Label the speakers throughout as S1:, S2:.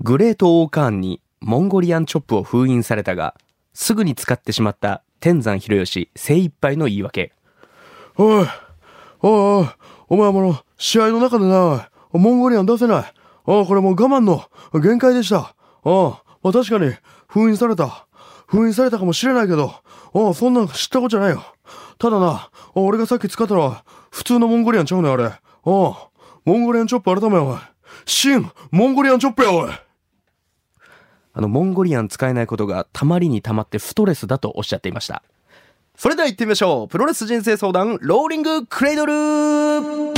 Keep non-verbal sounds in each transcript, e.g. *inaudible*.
S1: グレート・オーカーンにモンゴリアンチョップを封印されたが、すぐに使ってしまった天山博義精一杯の言い訳。
S2: おい、おいおい、お前もの、試合の中でな、モンゴリアン出せない。ああ、これもう我慢の限界でした。ああ、まあ、確かに、封印された。封印されたかもしれないけど、ああ、そんなん知ったことじゃないよ。ただな、俺がさっき使ったのは、普通のモンゴリアンちゃうね、あれ。ああ、モンゴリアンチョップ改めよ、おい。新、モンゴリアンチョップや、おい。
S1: あの、モンゴリアン使えないことがたまりにたまってストレスだとおっしゃっていました。それでは行ってみましょう。プロレス人生相談、ローリングクレイドル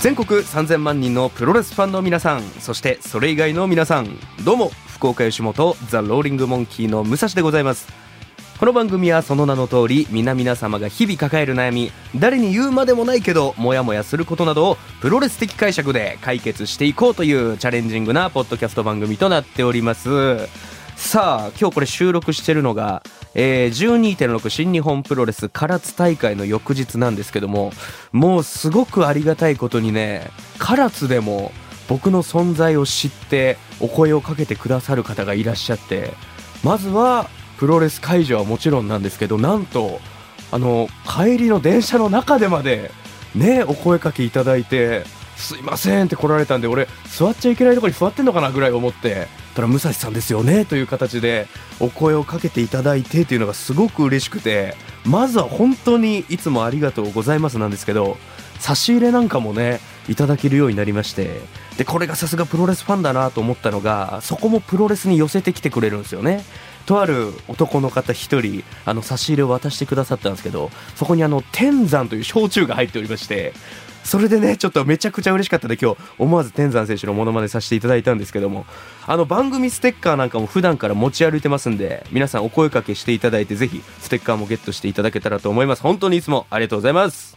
S1: 全国3000万人のプロレスファンの皆さんそしてそれ以外の皆さんどうも福岡吉本ザ・ローリング・モンキーの武蔵でございますこの番組はその名の通り皆々様が日々抱える悩み誰に言うまでもないけどモヤモヤすることなどをプロレス的解釈で解決していこうというチャレンジングなポッドキャスト番組となっておりますさあ今日これ収録してるのが、えー12.6新日本プロレス唐津大会の翌日なんですけどももうすごくありがたいことにね唐津でも僕の存在を知ってお声をかけてくださる方がいらっしゃってまずはプロレス会場はもちろんなんですけどなんとあの帰りの電車の中でまでねお声かけいただいて「すいません」って来られたんで俺座っちゃいけないところに座ってんのかなぐらい思ってたら「武蔵さんですよね」という形でお声をかけていただいてっていうのがすごく嬉しくてまずは本当にいつもありがとうございますなんですけど差し入れなんかもねいただけるようになりましてでこれがさすがプロレスファンだなと思ったのがそこもプロレスに寄せてきてくれるんですよねとある男の方一人あの差し入れを渡してくださったんですけどそこにあの天山という焼酎が入っておりましてそれでねちょっとめちゃくちゃ嬉しかったんで今日思わず天山選手のモノマネさせていただいたんですけどもあの番組ステッカーなんかも普段から持ち歩いてますんで皆さんお声かけしていただいてぜひステッカーもゲットしていただけたらと思います本当にいつもありがとうございます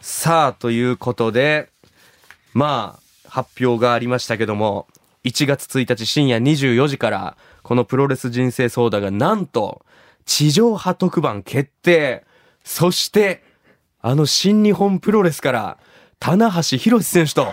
S1: さあということでまあ、発表がありましたけども、1月1日深夜24時から、このプロレス人生相談がなんと、地上波特番決定そして、あの新日本プロレスから、棚橋宏選手と、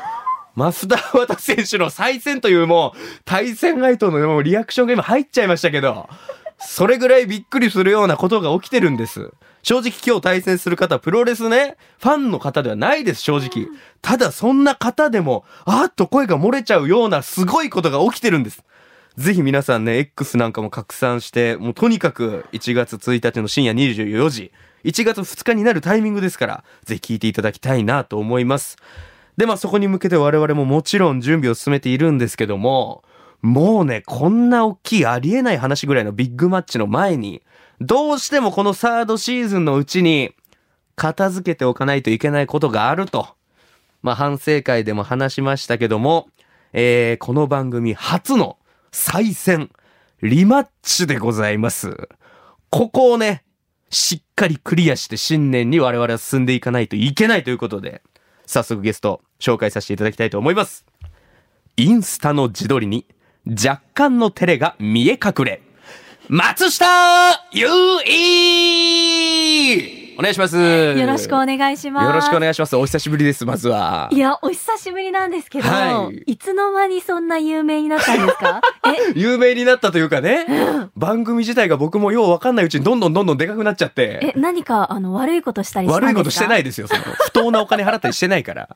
S1: 増田綿選手の再戦というもう、対戦相手のもうリアクションが今入っちゃいましたけど、それぐらいびっくりするようなことが起きてるんです。正直今日対戦する方、プロレスね、ファンの方ではないです、正直。ただそんな方でも、あーっと声が漏れちゃうようなすごいことが起きてるんです。ぜひ皆さんね、X なんかも拡散して、もうとにかく1月1日の深夜24時、1月2日になるタイミングですから、ぜひ聞いていただきたいなと思います。で、まあそこに向けて我々ももちろん準備を進めているんですけども、もうね、こんな大きいありえない話ぐらいのビッグマッチの前に、どうしてもこのサードシーズンのうちに、片付けておかないといけないことがあると。まあ、反省会でも話しましたけども、えー、この番組初の再戦、リマッチでございます。ここをね、しっかりクリアして新年に我々は進んでいかないといけないということで、早速ゲスト紹介させていただきたいと思います。インスタの自撮りに若干の照れが見え隠れ。松下優衣お願いします。よ
S3: よろしくお願いします。
S1: よろしくお願いします。お久しぶりです、まずは。
S3: いや、お久しぶりなんですけど、
S1: はい
S3: い、つの間にそんな有名になったんで
S1: *laughs*
S3: すかえ、
S1: 有名になったというかね、番組自体が僕もようわかんないうちにどんどんどんどんでかくなっちゃって、
S3: え、何か、あの、悪いことしたりしたんですか
S1: 悪いことしてないですよ、その不当なお金払ったりしてない
S3: *laughs*
S1: から。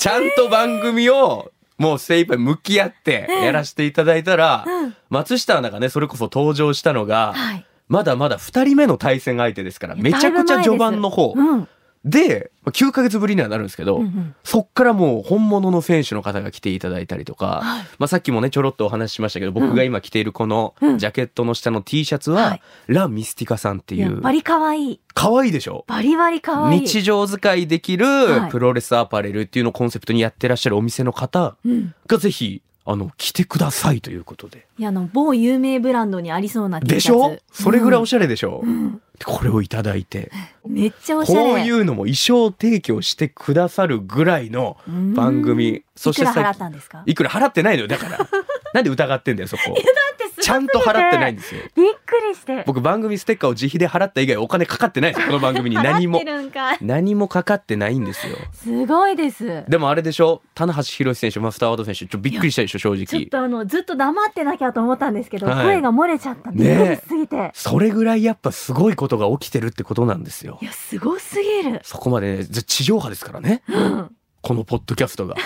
S1: ちゃんと番組を、もう精一杯向き合ってやらせていただいたら、
S3: うん
S1: 松下アナがね、それこそ登場したのが、
S3: はい。
S1: まだまだ2人目の対戦相手ですから、めちゃくちゃ序盤の方
S3: う。ん。
S1: で、9ヶ月ぶりにはなるんですけど、
S3: うんうん
S1: そっからもう本物の選手の方が来ていただいたりとか、
S3: はい
S1: まあさっきもね、ちょろっとお話ししましたけど、僕が今着ているこのジ
S3: うん
S1: ャケットの下の T シャツは、
S3: はい
S1: ラ・ミスティカさんって
S3: い
S1: い
S3: や、
S1: う、
S3: バリ可愛い。
S1: 可愛いでしょ
S3: バリバリ可愛い。
S1: 日常使いできる
S3: はい
S1: プロレスアパレルっていうのをコンセプトにやってらっしゃるお店の方
S3: うん。
S1: がぜひ、あの、来てくださいということで。
S3: いや、あの、某有名ブランドにありそうな T シャツ
S1: でしょそれぐらいお
S3: し
S1: しゃれでしょ、
S3: うん
S1: これをいただいて、
S3: うんめっちゃおしゃれ。
S1: こういううのも衣装提供してくださるぐらいの
S3: ん
S1: 番組、そ
S3: い
S1: して
S3: くら
S1: さ
S3: 払
S1: っき
S3: ったんですか *laughs*
S1: いくら払ってないのよ、だから。なんで疑ってんだよ、そこ。
S3: だってす
S1: ちゃんと払ってないんですよ
S3: びっくりして。
S1: 僕番組ステッカーを自費で払った以外お金かかってないですこの番組に何も
S3: *laughs* 払ってるんかい
S1: 何もかかってないんですよ
S3: すごいです。
S1: でもあれでしょ棚橋宏選手マスターワード選手ちょっとびっくりしたでしょ正
S3: ちょっ
S1: 直
S3: とあの、ずっと黙ってなきゃと思ったんですけど、
S1: はい
S3: 声が漏れちゃった。びっくりしすぎて。
S1: それぐらいやっぱすごいことが起きてるってことなんですよ
S3: いや、すごすぎる。
S1: そこまで、ね、ず地上波ですからね
S3: うん。
S1: このポッドキャストが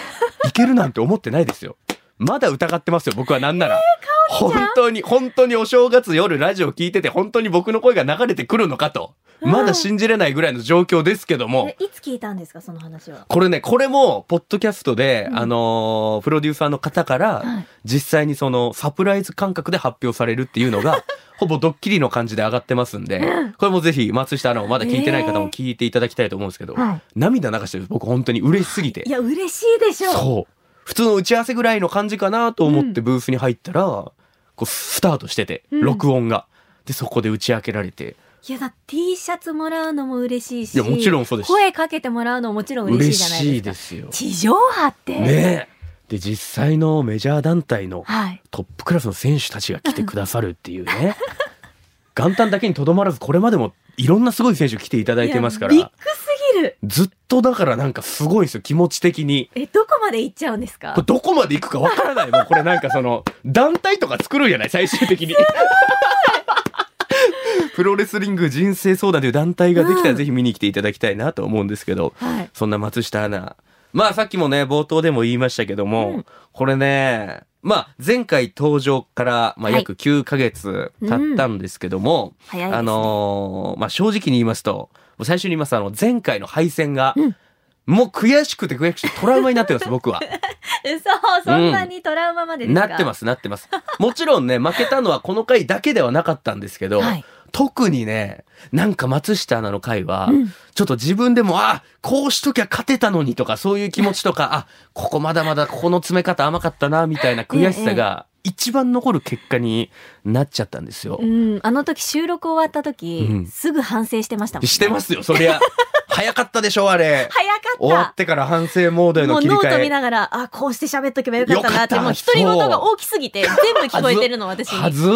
S1: いけるなんて思ってないですよまだ疑ってますよ僕はなんなら、本当に本当にお正月夜ラジオ聞いてて本当に僕の声が流れてくるのかと、
S3: うん
S1: まだ信じれないぐらいの状況ですけども、
S3: えいつ聞いたんですか、その話は。
S1: これね、これも、ポッドキャストで、
S3: うん
S1: あのープロデューサーの方から、
S3: はい
S1: 実際にその、サプライズ感覚で発表されるっていうの
S3: *laughs*
S1: が、ほぼドッキリの感じで上がってますんで、これもぜひ、松下アナをまだ聞いてない方も聞いていただきたいと思うんですけど、
S3: はい
S1: 涙流してる僕本当に嬉しすぎて
S3: い。や、嬉しいでしょう。
S1: そう。普通の打ち合わせぐらいの感じかなと思ってブースに入ったら、こう、スタートしてて、
S3: うん
S1: 録音が。で、そこで打ち明けられて、
S3: いやだ T シャツもらうのも嬉しいし
S1: いやもちろんそうです
S3: 声かけてもらうのももちろん嬉しい
S1: 嬉
S3: じゃない
S1: し
S3: で
S1: い
S3: すか
S1: ですよ。
S3: 地上波って、
S1: ねえ。で、実際のメジャー団体の、
S3: はい
S1: トップクラスの選手たちが来てくださるっていうね *laughs* 元旦だけにとどまらずこれまでもいろんなすごい選手来ていただいてますか
S3: いやビ
S1: ら
S3: ッグすぎる
S1: ずっとだからなんかすごいんですよ気持ち的に。
S3: えどこまで行っちゃうんですか
S1: これどこまで行くかわからないもうこれなんかそ *laughs* の団体とか作るんじゃない最終的に。 *laughs* プロレスリング人生相談という団体ができた
S3: う
S1: ら
S3: ん
S1: ぜひ見に来ていただきたいなと思うんですけど、
S3: はい
S1: そんな松下アナ。まあさっきもね、冒頭でも言いましたけども、
S3: うん
S1: これね、まあ前回登場から、まあ
S3: はい
S1: 約9ヶ月経ったんですけども、
S3: 早いですね
S1: あのーまあ正直に言いますと、もう最初に言いますとあの前回の敗戦が、
S3: うん
S1: もう悔しくて悔しくてトラウマになって
S3: *laughs*
S1: ます、僕は。
S3: 嘘そんなにトラウマまでですか、
S1: なってますす、なってます。もちろんね、負けたのはこの回だけではなかったんですけど、
S3: はい
S1: 特にね、なんか松下アナの回は、
S3: うん
S1: ちょっと自分でも、あ、こうしときゃ勝てたのにとか、そういう気持ちと
S3: *laughs*
S1: か、あ、ここまだまだここの詰め方甘かったな、みたいな悔しさが、一番残る結果になっちゃったんですよ
S3: う。んあの時収録終わった時、
S1: うん
S3: すぐ反省してましたもんね
S1: してますよ、そり
S3: *laughs*
S1: ゃ。早かったでしょ、あれ。
S3: 早かった
S1: 終わってから反省モードへ
S3: も
S1: の
S3: う
S1: 切り
S3: ノート
S1: 替
S3: 見
S1: え。
S3: ながら、あ、こうして喋っとけばよかったなって、
S1: よかった
S3: もう独り言が大きすぎて、全部聞こえてるの、私
S1: は
S3: に。
S1: ず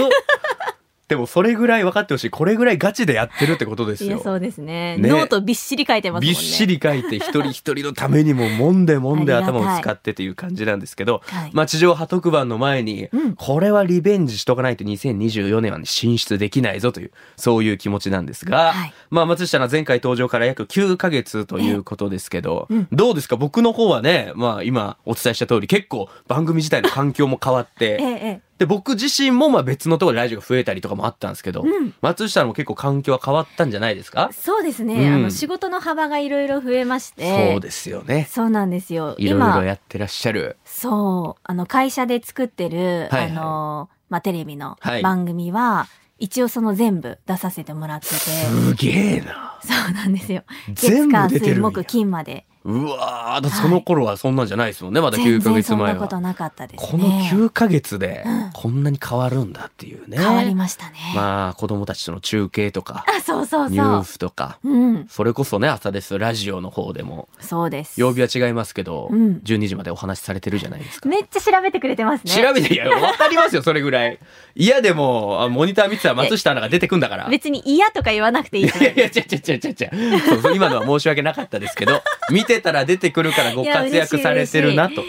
S1: でもそれぐらい分かってほしい。これぐらいガチでやってるってことです
S3: いや、
S1: よ。
S3: そうですね
S1: ね
S3: ノートびっしり書いてますもん
S1: び
S3: ね。
S1: っし。り書いて一人一人のためにも揉んで揉んで
S3: ありがた
S1: 頭
S3: い
S1: を使ってという感じなんですけど、
S3: はい
S1: まあ地上波特番の前に、
S3: うん
S1: これはリベンジしとかないと2024年はね進出できないぞというそういう気持ちなんですが、
S3: はい
S1: まあ松下の前回登場から約9ヶ月ということですけど、
S3: えうん
S1: どうですか僕の方はねまあ今お伝えした通り結構番組自体の環境も変わっ
S3: ええ
S1: て。
S3: ええ。
S1: で僕自身もまあ別のところでラジオが増えたりとかもあったんですけど、
S3: うん
S1: 松下も結構環境は変わったんじゃないですか
S3: そうですね、
S1: うん
S3: あの仕事の幅がいろいろ増えまして
S1: そうですよね。
S3: そうなんですよ
S1: いろいろ
S3: 今
S1: やってらっしゃる。
S3: そうあの会社で作ってる、
S1: はいはい
S3: あのまあ、テレビの
S1: はい
S3: 番組は、一応その全部出させてもらってて
S1: すげえな。
S3: そうなんですよ
S1: 全部出て
S3: 月火水
S1: るん
S3: 木
S1: や。
S3: 金まで
S1: うわーだその頃はそんなんじゃないですもんね、まだ
S3: 全
S1: 9ヶ
S3: 然
S1: 月
S3: そん
S1: 前
S3: な
S1: は。
S3: ことなかったですね
S1: この9ヶ月で
S3: うん
S1: こんなに変わるんだっていうね。
S3: 変わりましたね、
S1: まあ子供たちとの中継とか、
S3: あそうそう
S1: ニュ
S3: そ
S1: ー
S3: う
S1: スとか、
S3: うん
S1: それこそね、朝です、ラジオの方でも、
S3: そうです
S1: 曜日は違いますけど、
S3: うん
S1: 12時までお話しされてるじゃないですか。
S3: めっちゃ調べてくれてますね
S1: 調べて、いや、わかりますよ、それぐらい。いや、でも、あモニター見てたら松下アナが出てくんだから。
S3: 別に嫌とか言わなくてい
S1: い
S3: い
S1: や
S3: と思いま
S1: い
S3: す
S1: や、違う違う違う違う違うそうそう。今のは申し訳なかったですけ
S3: *laughs*
S1: ど、見てたら出てくるからご活躍されてるな、と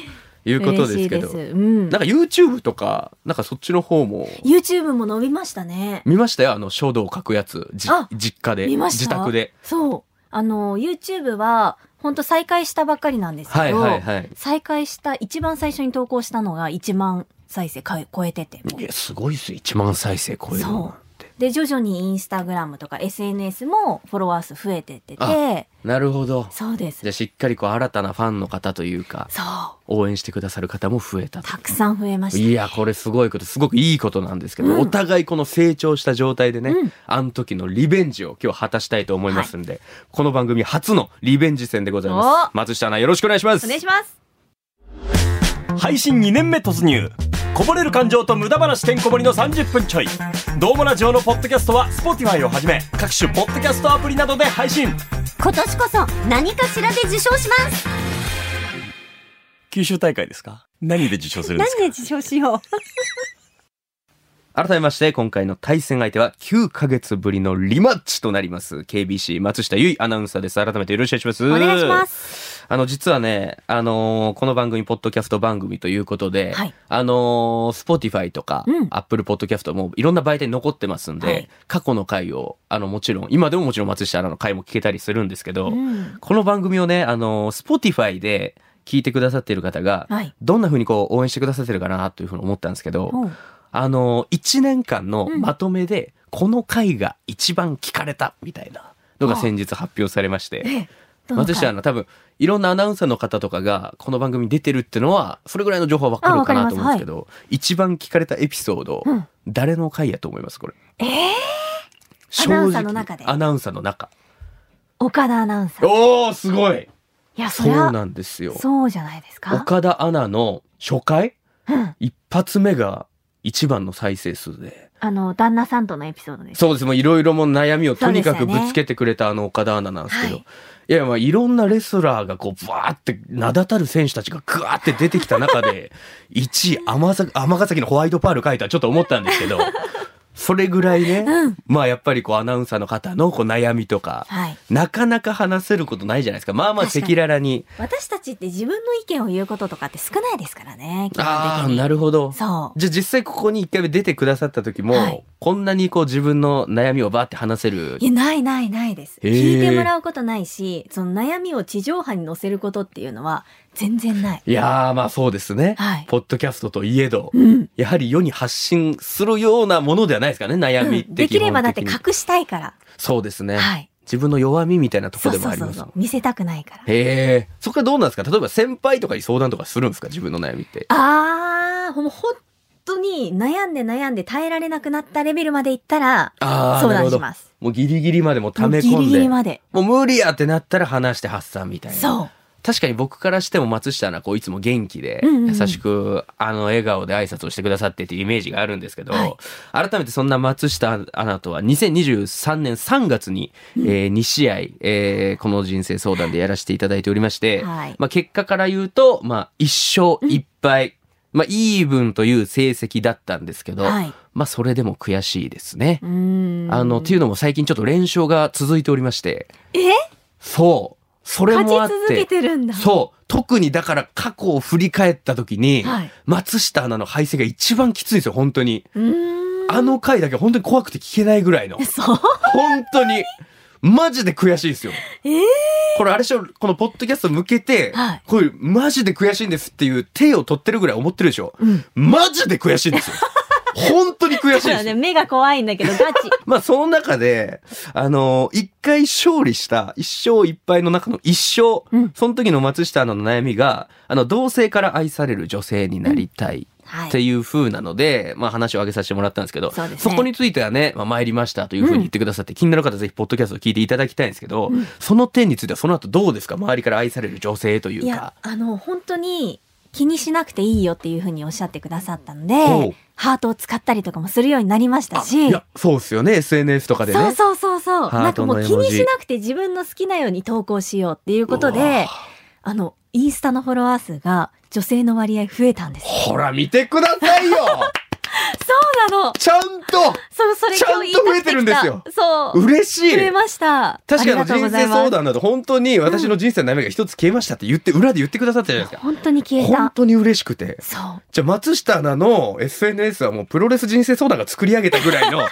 S1: いうことですけど。
S3: 嬉しいですうん
S1: なんか YouTube とか、なんかそっちの方も、
S3: YouTube も伸びましたね。
S1: 見ましたよあの、書道を書くやつ。じ
S3: あ
S1: 実家で。
S3: 見ました
S1: 自宅で。
S3: そう。あの、YouTube は、本当再開したばっかりなんですけど、
S1: はいはいはい。
S3: 再開した、一番最初に投稿したのが1万再生か超えてて。もう
S1: いや、すごいっすよ。1万再生超えるのなんて。
S3: で、徐々にインスタグラムとか SNS もフォロワー数増えてって
S1: あ
S3: て、
S1: なるほど。
S3: そうです
S1: じゃ。あしっかりこう、新たなファンの方というか、
S3: そう。
S1: 応援してくださる方も増えたと。
S3: たくさん増えました。
S1: いや、これすごいこと、すごくいいことなんですけど、
S3: うん
S1: お互いこの成長した状態でね、
S3: うん
S1: あの時のリベンジを今日果たしたいと思いますんで、この番組初のリベンジ戦でございます。
S3: お
S1: 松下アナ、よろしくお願いします。
S3: お願いします。
S4: 配信2年目突入こぼれる感情と無駄話てんこ盛りの30分ちょい「どうもラジオ」のポッドキャストは Spotify をはじめ各種ポッドキャストアプリなどで配信
S5: 今年こそ何かしらで受賞します
S4: 九州大会ですか何で受賞するんですか
S5: で受賞しよう
S1: 改めまして、今回の対戦相手は9ヶ月ぶりのリマッチとなります。KBC 松下由衣アナウンサーです。改めてよろしくお願いします。。
S5: お願いします
S1: あの、実はね、あのーこの番組、ポッドキャスト番組ということで、
S3: はい
S1: あのー、Spotify とか、
S3: うん
S1: Apple Podcast もいろんな媒体に残ってますんで、
S3: はい
S1: 過去の回を、あの、もちろん、今でももちろん松下アナの回も聞けたりするんですけど、
S3: うん
S1: この番組をね、あの、Spotify で聞いてくださっている方が、
S3: はい
S1: どんな風にこう応援してくださってるかなというふうに思ったんですけど、
S3: うん
S1: あの、1年間の
S3: うん
S1: まとめで、この回が一番聞かれたみたいなのが先日発表されまして、
S3: ええどの回
S1: 松下アナ多分、いろんなアナウンサーの方とかがこの番組に出てるってのは、それぐらいの情報はわかるかなと思うんですけど、一番聞かれたエピソード、
S3: うん
S1: 誰の回やと思いますこれ。
S3: ええ
S1: 正直
S5: アナウンサーの中で
S1: アナウンサーの中。
S3: 岡田アナウンサー。
S1: おー、すごい
S3: いや、そ
S1: そう
S3: りゃ、
S1: なんですよ。
S3: そうじゃないですか。
S1: 岡田アナの初回、
S3: うん
S1: 一発目が一番の再生数で。
S3: あの、旦那さんとのエピソードです。
S1: そうです。もういろいろもう悩みをとにか
S3: そ
S1: く
S3: うですよ
S1: ぶ
S3: ね
S1: つけてくれたあの岡田アナなんですけど。、
S3: はい
S1: やいや、まあいろんなレスラーがこう、バーって名だたる選手たちがグワーって出てきた中で、1位天崎、尼崎のホワイトパール書いたらちょっと思ったんですけ
S3: *laughs*
S1: ど、それぐらいね、まあやっぱりこうアナウンサーの方のこう悩みとか、
S3: はい。
S1: なかなか話せることないじゃないですか。まあまあ赤
S3: 確かに
S1: 裸々に。
S3: 私たちって自分の意見を言うこととかって少ないですからね、基
S1: あ
S3: 本
S1: あ、
S3: 的に。
S1: なるほど。
S3: そう。
S1: じゃあ実際ここに一回目出てくださった時も、
S3: はい
S1: こんなにこう自分の悩みをバーって話せる
S3: い。や、ないないないです。
S1: へえ
S3: 聞いてもらうことないし、その悩みを地上波に乗せることっていうのは全然ない。
S1: いやーまあそうですね。
S3: はい
S1: ポッドキャストといえど、
S3: うん。
S1: やはり世に発信するようなものではないですかね、悩みっ
S3: うん
S1: て
S3: で
S1: 基本的に、
S3: きればだって隠したいから。
S1: そうですね、
S3: はい。
S1: 自分の弱みみたいなとこ
S3: そ
S1: ろで
S3: う
S1: も
S3: そ
S1: あ
S3: う
S1: り
S3: そう
S1: ます
S3: そう
S1: もん。
S3: 見せたくないか
S1: へ
S3: ら。
S1: え。そこからどうなんですか例えば先輩とかに相談とかするんですか自分の悩みって。
S3: あー、ほん本当に悩んで悩んで耐えられなくなったレベルまでいったら、
S1: ああ、
S3: 相
S1: なる
S3: 談
S1: ほ
S3: し
S1: ど。
S3: ます。
S1: もうギリギリまでもう溜め込んで。
S3: もうギリギリまで。
S1: もう無理やってなったら話して発散みたいな。
S3: そう。
S1: 確かに僕からしても松下アナこういつも元気で
S3: うんうんうん
S1: 優しくあの笑顔で挨拶をしてくださってっていうイメージがあるんですけど、
S3: はい
S1: 改めてそんな松下アナとは2023年3月に、え2試合、えーこの人生相談でやらせていただいておりまして、
S3: はい
S1: まあ、結果から言うと、まあ、1勝1敗、まあ、イーブンという成績だったんですけど、
S3: はい
S1: まあ、それでも悔しいですね。
S3: うーん。
S1: あの、っていうのも最近ちょっと連勝が続いておりまして。
S3: え
S1: そう。それ
S3: 勝ち
S1: もあっ
S3: 続け
S1: て。
S3: てるんだ。
S1: そう。特にだから過去を振り返った時に、
S3: はい
S1: 松下アナの敗戦が一番きついんですよ、本当に。
S3: うーん。
S1: あの回だけ本当に怖くて聞けないぐらいの。
S3: そう。
S1: 本当に。マジで悔しいですよ。
S3: ええ
S1: これあれでしょ、このポッドキャスト向けて、
S3: はい
S1: こういうマジで悔しいんですっていう手を取ってるぐらい思ってるでしょ。
S3: ん
S1: マジで悔しいんです
S3: *laughs*
S1: よ。本当に悔しい
S3: だか
S1: で
S3: ら
S1: す
S3: ね、。目が怖いんだけ
S1: *laughs*
S3: ど、ガチ。
S1: まあ、その中で、あの一回勝利した、一勝一敗の中の一勝、
S3: うん
S1: その時の松下の悩みが、あの、同性から愛される女性になりたい。
S3: は
S1: って
S3: い。
S1: いう風なので、まあ話を上げさせてもらったんですけど、
S3: そうですね
S1: こについてはね、まあ参りましたという風に言ってくださって、気になる方ぜひポッドキャストを聞いていただきたいんですけど、その点についてはその後どうですか周りから愛される女性とい
S3: いう
S1: か
S3: や。、あの、本当に気にしなくていいよっていうふうにおっしゃってくださったの
S1: ほう
S3: で、ハートを使ったりとかもするようになりましたし、
S1: いや、そうですよね、SNS とかでね。
S3: そうそうそうそう。
S1: ハ
S3: な
S1: ー
S3: んか
S1: ト
S3: も
S1: の絵
S3: う
S1: 文
S3: 気
S1: 字
S3: にしなくて自分の好きなように投稿しようっていうこと
S1: うわ
S3: で、あの、インスタのフォロワー数が女性の割合増えたんです。
S1: ほら、見てくださいよ
S2: *laughs*
S3: そうなの
S1: ちゃんと
S3: そう、それ
S1: ちゃんと
S3: 今日言いたくてきた
S1: 増えてるんですよ
S3: そう。
S1: 嬉しい
S3: 増えました。
S1: 確かに
S3: あ
S1: あ
S3: りがとう
S1: の
S3: ご
S1: 人
S3: ざい
S1: 生
S3: ます
S1: 相談だと本当に私の人生の悩みが一つ消えましたって言って、裏で言ってくださったじゃないですか。
S3: 本当に消え
S1: 本
S3: た。
S1: 当に嬉しくて。
S3: そう。
S1: じゃあ松下アナの SNS はもうプロレス人生相談が作り上げたぐらいの
S3: いや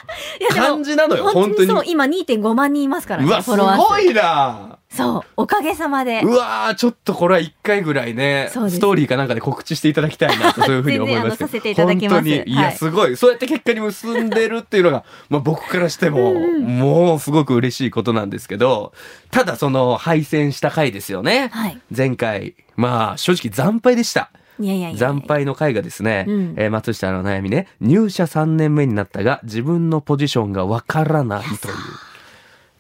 S3: *laughs* でも
S1: 感じなのよ、本
S3: 本
S1: 当
S3: 当に
S1: に。
S3: そう、今2.5万人いますからね、
S1: うわ、
S3: フ
S1: す
S3: ォロワー数
S1: ごいな
S3: そう、おかげさまで
S1: う。わーちょっとこれは一回ぐらいね、
S3: そうです
S1: ストーリーかなんかで告知していただきたい
S3: *laughs*
S1: なと、そういうふうに思いますけど。
S3: 全然あのさせていただきます
S1: 本当に。いや、
S3: はい
S1: すごい。そうやって結果に結んでるっていうのが、 *laughs* まあ僕からしても、もうすごく嬉しいことなんですけど、ただその、敗戦した回ですよね。
S3: はい。
S1: 前回、まあ正直惨敗でした。
S3: いやいやいや。
S1: 惨。敗の回がですね、
S3: うん
S1: えー松下の悩みね、入社3年目になったが、自分のポジションがわからないという。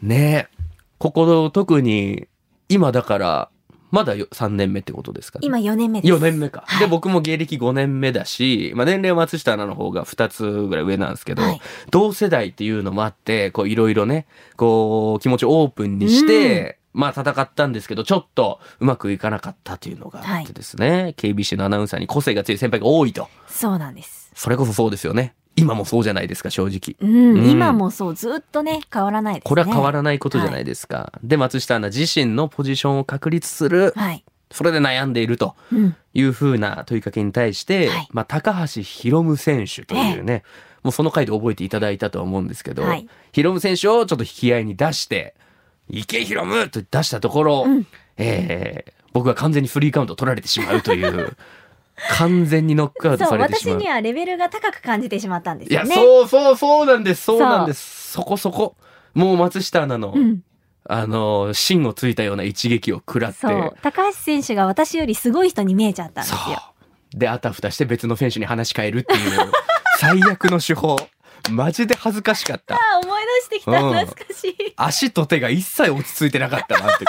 S1: ねえここ特に、今だから、まだよ3年目ってことですかね。
S3: 今4年目です。
S1: 4年目か。
S3: はい
S1: で、僕も芸歴5年目だし、まあ、年齢は松下アナの方が2つぐらい上なんですけど、
S3: はい
S1: 同世代っていうのもあって、こういろいろね、こう気持ちをオープンにして、まあ戦ったんですけど、ちょっとうまくいかなかったというのがあってですね、KBC のアナウンサーに個性が強い先輩が多いと。
S3: そうなんです。
S1: それこそそうですよね。今もそうじゃないですか正直
S3: うん、
S1: うん
S3: 今もそう、ずっとね、変わらないですね。
S1: これは変わらないことじゃないですか、で松下アナ自身のポジションを確立する
S3: はい。
S1: それで悩んでいると
S3: うん。
S1: いうふうな問いかけに対して、
S3: はい
S1: まあ、高橋宏夢選手というね、もうその回で覚えていただいたとは思うんですけど、
S3: はい
S1: 宏夢選手をちょっと引き合いに出して「いけ宏夢!」と出したところ、
S3: うん
S1: えー僕が完全にフリーカウント取られてしまうという
S3: *laughs*
S1: 完全にノックアウト
S3: そ
S1: さ
S3: う、
S1: れてし
S3: 私
S1: まう。
S3: にはレベルが高く感じてしまったんです
S1: い
S3: よ
S1: や、
S3: ね。
S1: そうそうそうなんですそう
S3: う
S1: なんですそこそこもう松下アナの、
S3: うん。
S1: あの芯をついたような一撃を食らって
S3: そう。高橋選手が私よりすごい人に見えちゃったんです
S1: そ
S3: よ。
S1: うであたふたして別の選手に話し変えるっていう *laughs* 最悪の手法マジで恥ずかしかった
S3: あ、思い出してきた。
S1: うん
S3: 懐かしい。
S1: 足と手が一切落ち着いてなかったなって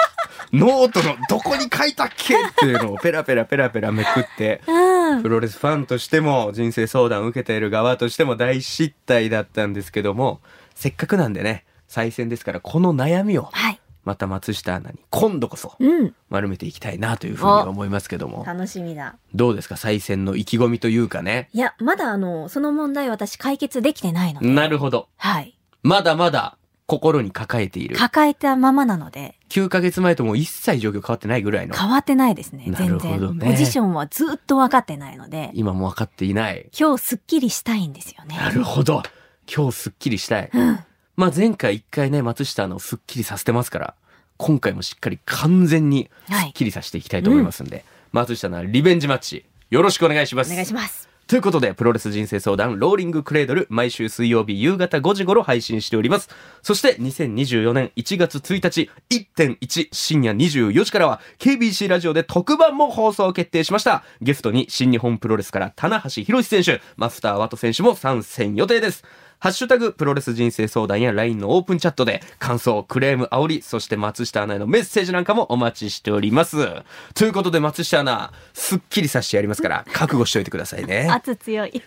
S1: ノートのどこに書いたっけっていうのをペラペラペラペラめくって
S3: うん。
S1: プロレスファンとしても人生相談を受けている側としても大失態だったんですけどもせっかくなんでね再選ですからこの悩みを
S3: はい。
S1: また松下アナに今度こそ
S3: うん。
S1: 丸めていきたいなというふうには思いますけども
S3: 楽しみだ。
S1: どうですか再選の意気込みというかね
S3: いや、まだあの、その問題私解決できてないので。
S1: なるほど
S3: はい。
S1: まだまだ心に抱えている。
S3: 抱えたままなので、
S1: 9ヶ月前とも一切状況変わってないぐらいの。
S3: 変わってないですね。
S1: なる
S3: 全
S1: ほど
S3: 然。
S1: ね
S3: ポジションはずっと分かってないので、
S1: 今も分かっていない。
S3: 今日すっきりしたいんですよね。
S1: なるほど。今日すっきりしたい。まあ前回一回ね、松下のすっきりさせてますから、今回もしっかり完全に
S3: は
S1: す
S3: い
S1: っきりさせていきたいと思いますんで、松下のリベンジマッチ、よろしくお願いします。
S3: お願いします。
S1: ということで、プロレス人生相談、ローリングクレードル、毎週水曜日夕方5時頃配信しております。そして、2024年1月1日、1.1深夜24時からは、KBC ラジオで特番も放送決定しました。ゲストに、新日本プロレスから、棚橋博選手、マスターワト選手も参戦予定です。ハッシュタグ、プロレス人生相談や LINE のオープンチャットで、感想、クレーム、煽り、そして松下アナへのメッセージなんかもお待ちしております。ということで、松下アナ、すっきりさせてやりますから、覚悟しておいてくださいね。
S3: 圧強い。